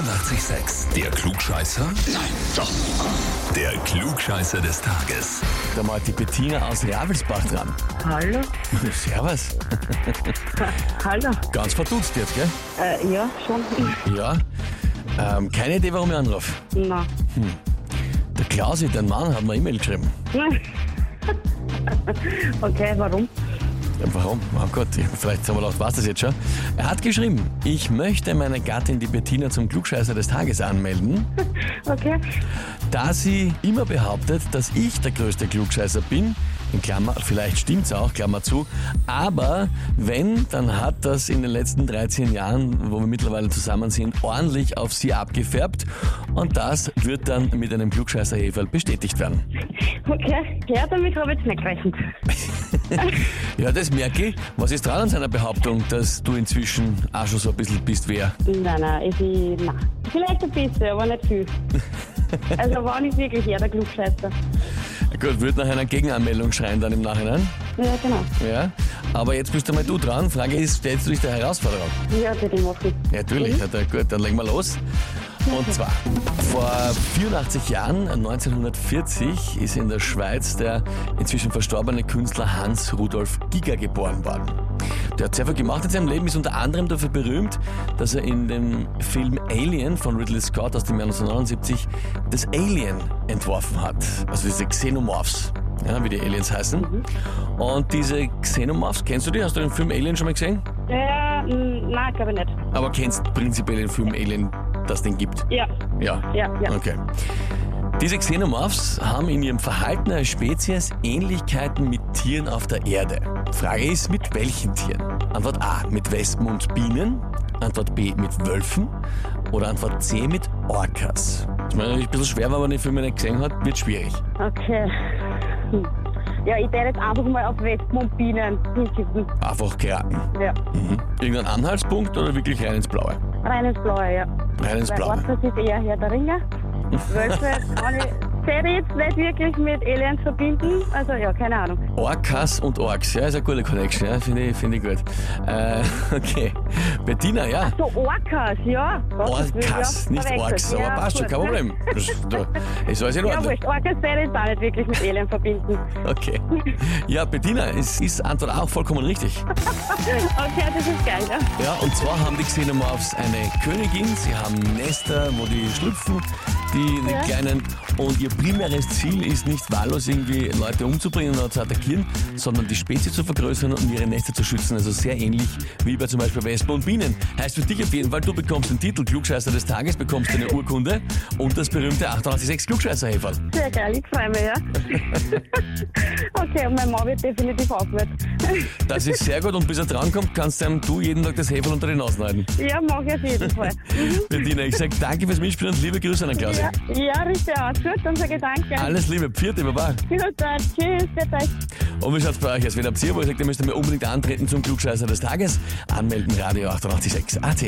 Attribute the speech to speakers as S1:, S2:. S1: 886, der Klugscheißer? Nein, doch. Der Klugscheißer des Tages.
S2: Da mal die Bettina aus Ravelsbach dran.
S3: Hallo?
S2: Servus.
S3: Hallo?
S2: Ganz verdutzt jetzt, gell?
S3: Äh, ja, schon.
S2: Ja. Ähm, keine Idee, warum ich anrufe.
S3: Na.
S2: Der Klausi, dein Mann, hat mir eine E-Mail geschrieben.
S3: Okay, warum?
S2: Ja, warum? Oh Gott, ich- vielleicht haben wir gedacht, was das jetzt schon. Er hat geschrieben, ich möchte meine Gattin, die Bettina, zum Klugscheißer des Tages anmelden,
S3: Okay.
S2: da sie immer behauptet, dass ich der größte Klugscheißer bin. In Klammer, vielleicht stimmt's auch, Klammer zu. Aber wenn, dann hat das in den letzten 13 Jahren, wo wir mittlerweile zusammen sind, ordentlich auf sie abgefärbt. Und das wird dann mit einem klugscheißer bestätigt werden.
S3: Okay. Ja, damit habe ich jetzt nicht gerechnet.
S2: Ja, das merke ich. Was ist dran an seiner Behauptung, dass du inzwischen auch schon so ein bisschen bist wie er?
S3: Nein, nein, ich bin, nein. Vielleicht ein bisschen, aber nicht viel. Also war nicht wirklich er der Klugscheißer.
S2: Gut, wird nach einer Gegenanmeldung schreien dann im Nachhinein.
S3: Ja, genau.
S2: Ja. Aber jetzt bist du mal du dran. Frage ist, stellst du dich der Herausforderung?
S3: Ja, bitte machen.
S2: Ja, natürlich. Na, da, gut, dann legen wir los. Und zwar, vor 84 Jahren, 1940, ist in der Schweiz der inzwischen verstorbene Künstler Hans Rudolf Giger geboren worden. Der hat sehr viel gemacht in seinem Leben, ist unter anderem dafür berühmt, dass er in dem Film Alien von Ridley Scott aus dem Jahr 1979 das Alien entworfen hat. Also diese Xenomorphs, ja, wie die Aliens heißen. Und diese Xenomorphs, kennst du die? Hast du den Film Alien schon mal gesehen?
S3: Ja, mm, nein, glaube ich nicht.
S2: Aber kennst prinzipiell den Film Alien, das den gibt?
S3: Ja.
S2: Ja.
S3: Ja, ja.
S2: Okay. Diese Xenomorphs haben in ihrem Verhalten als Spezies Ähnlichkeiten mit Tieren auf der Erde. Frage ist, mit welchen Tieren? Antwort A, mit Wespen und Bienen. Antwort B, mit Wölfen. Oder Antwort C, mit Orcas. Das ist mir natürlich ein bisschen schwer, wenn man den Film nicht gesehen hat, wird schwierig.
S3: Okay. Hm. Ja, ich werde jetzt einfach mal auf Wespen und Bienen hinkippen.
S2: Einfach geraten.
S3: Ja.
S2: Mhm. Irgendein Anhaltspunkt oder wirklich rein ins Blaue?
S3: Reines Blaue, ja.
S2: Rein ins
S3: Bei
S2: Blaue.
S3: Orcas ist eher Herr der Ringe. Wölfe kann ich werde ich jetzt nicht wirklich mit Aliens verbinden. Also ja, keine Ahnung.
S2: Orcas und Orks, ja, ist eine gute Connection, ja, finde ich, finde ich gut. Äh, okay. Bettina, ja.
S3: So Orcas, ja. Gottes Willen, ja,
S2: Orcas, nicht
S3: verwechselt.
S2: Orks, aber
S3: Ja,
S2: passt schon,
S3: gut. ne?
S2: kein Problem. Das ist- du, Ist alles in
S3: Ja,
S2: Ordnung.
S3: wurscht. Orcas werde ich jetzt auch nicht wirklich mit Alien verbinden.
S2: Okay. Ja, Bettina, es ist Antwort auch vollkommen richtig.
S3: Okay, das ist geil, ja.
S2: Ja, und zwar haben die Xenomorphs eine Königin, sie haben Nester, wo die schlüpfen, die, die
S3: Ja.
S2: Kleinen. Und ihr primäres Ziel ist nicht wahllos irgendwie Leute umzubringen oder zu attackieren, sondern die Spezies zu vergrößern und um ihre Nester zu schützen. Also sehr ähnlich wie bei zum Beispiel Wespen und Bienen. Heißt für dich auf jeden Fall, du bekommst den Titel Klugscheißer des Tages, bekommst eine Urkunde und das berühmte 886 Klugscheißer-Häferl.
S3: Sehr geil, ich freue mich, ja. okay, und mein Mann wird definitiv aufwärts.
S2: Das ist sehr gut und bis er drankommt, kannst du ihm du jeden Tag das Häferl unter den Ausschneiden.
S3: Ja, mach ich auf jeden Fall.
S2: Bettina, ich sag danke fürs Mitspielen und liebe Grüße an den Klausi.
S3: ja, ja, richtig aus. Gut, dann sage ich danke.
S2: Alles Liebe, Pfiat, Baba.
S3: Vielen Dank. Tschüss, bis gleich.
S2: Und wie schaut's bei euch aus? Wenn ihr habt, wo ihr sagt, ihr müsst mir unbedingt antreten zum Klugscheißer des Tages, anmelden Radio 886 AT.